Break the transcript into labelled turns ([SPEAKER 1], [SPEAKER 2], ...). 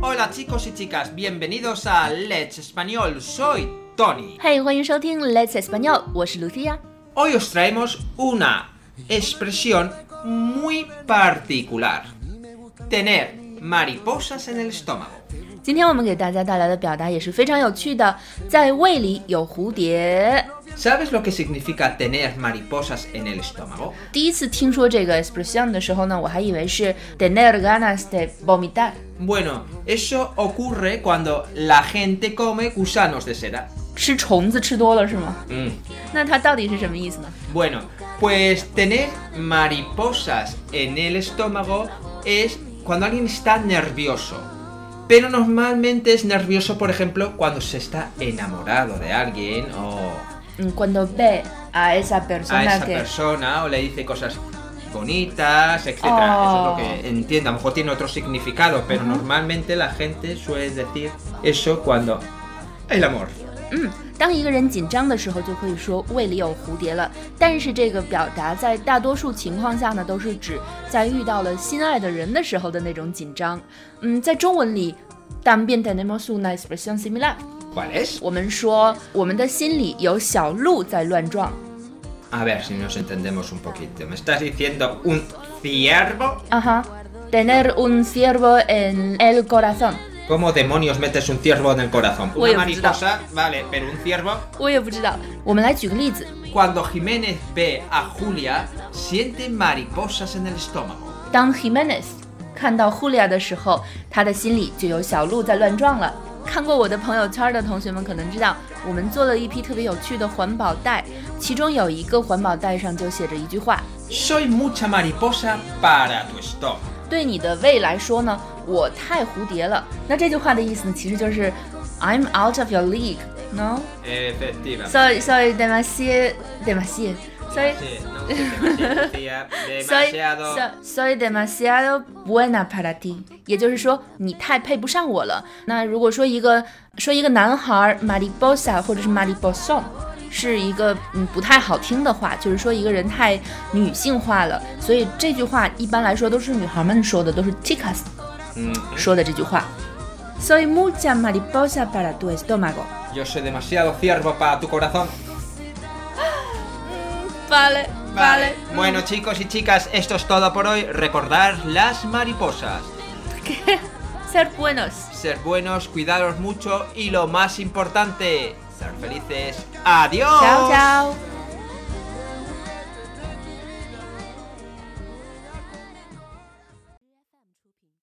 [SPEAKER 1] Hola chicos y chicas, bienvenidos a Let's Español, soy Tony.
[SPEAKER 2] Hey，欢迎收听 Let's Español，我是 Lucia。
[SPEAKER 1] Hoy os traemos una expresión muy particular. Tener mariposas en el estómago.
[SPEAKER 2] 今天我们给大家带来的表达也是非常有趣的，在胃里有蝴蝶。
[SPEAKER 1] ¿Sabes lo que significa tener mariposas en el estómago?
[SPEAKER 2] 第一次听说这个 expresión 的时候呢，我还以为是 tener ganas de vomitar。
[SPEAKER 1] Bueno, eso ocurre cuando la gente come gusanos de seda.
[SPEAKER 2] 吃虫子吃多了是吗？
[SPEAKER 1] Mm.
[SPEAKER 2] 那它到底是什么意思呢？
[SPEAKER 1] Bueno, pues tener mariposas en el estómago es cuando alguien está nervioso. Pero normalmente es nervioso, por ejemplo, cuando se está enamorado de alguien o
[SPEAKER 2] 嗯，cuando ve a esa persona
[SPEAKER 1] a esa
[SPEAKER 2] que
[SPEAKER 1] persona o le dice cosas bonitas, etc.
[SPEAKER 2] Oh.
[SPEAKER 1] Eso es lo que entiendo. A lo mejor tiene otro significado, pero normalmente la gente suele decir eso cuando el amor.
[SPEAKER 2] 嗯，当一个人紧张的时候，就可以说胃里有蝴蝶了。但是这个表达在大多数情况下呢，都是指在遇到了心爱的人的时候的那种紧张。嗯，在中文里，también tenemos una expresión similar。
[SPEAKER 1] ¿Cuál es?
[SPEAKER 2] 我们说我们的心里有小鹿在乱撞
[SPEAKER 1] A ver si nos entendemos un poquito. ¿Me estás diciendo un ciervo?
[SPEAKER 2] 啊哈，tener un ciervo en el corazón。
[SPEAKER 1] ¿Cómo demonios metes un ciervo en el corazón?
[SPEAKER 2] Oye,
[SPEAKER 1] Una
[SPEAKER 2] pues,
[SPEAKER 1] mariposa, vale, pero un ciervo.
[SPEAKER 2] 我也不知道，我们来举个例子。
[SPEAKER 1] Cuando Jiménez ve a Julia, siente mariposas en el estómago.
[SPEAKER 2] 当 Jimenez 看到 Julia 的时候，他的心里就有小鹿在乱撞了。看过我的朋友圈的同学们可能知道，我们做了一批特别有趣的环保袋，其中有一个环保袋上就写着一句话
[SPEAKER 1] Soy mucha mariposa para tu estómago.：“
[SPEAKER 2] 对你的胃来说呢，我太蝴蝶了。”那这句话的意思呢，其实就是 “I'm out of your league”。No，
[SPEAKER 1] Efectivamente.
[SPEAKER 2] soy soy demasiado demasiado soy
[SPEAKER 1] Sí, no, demasiado, tía,
[SPEAKER 2] soy
[SPEAKER 1] demasiado.
[SPEAKER 2] soy- soy demasiado buena para ti，也就是说你太配不上我了。那如果说一个说一个男孩 mariposa 或者是 mariposon 是一个嗯不太好听的话，就是说一个人太女性化了。所以这句话一般来说都是女孩们说的，都是 chicas
[SPEAKER 1] Mm,
[SPEAKER 2] 说的这句话。Soy mucha mariposa para tu estómago。
[SPEAKER 1] Yo soy demasiado ciervo para tu corazón.
[SPEAKER 2] Vale, vale.
[SPEAKER 1] Bueno, chicos y chicas, esto es todo por hoy. Recordar las mariposas.
[SPEAKER 2] Ser buenos.
[SPEAKER 1] Ser buenos, cuidaros mucho y lo más importante, ser felices. ¡Adiós!
[SPEAKER 2] Chao, chao.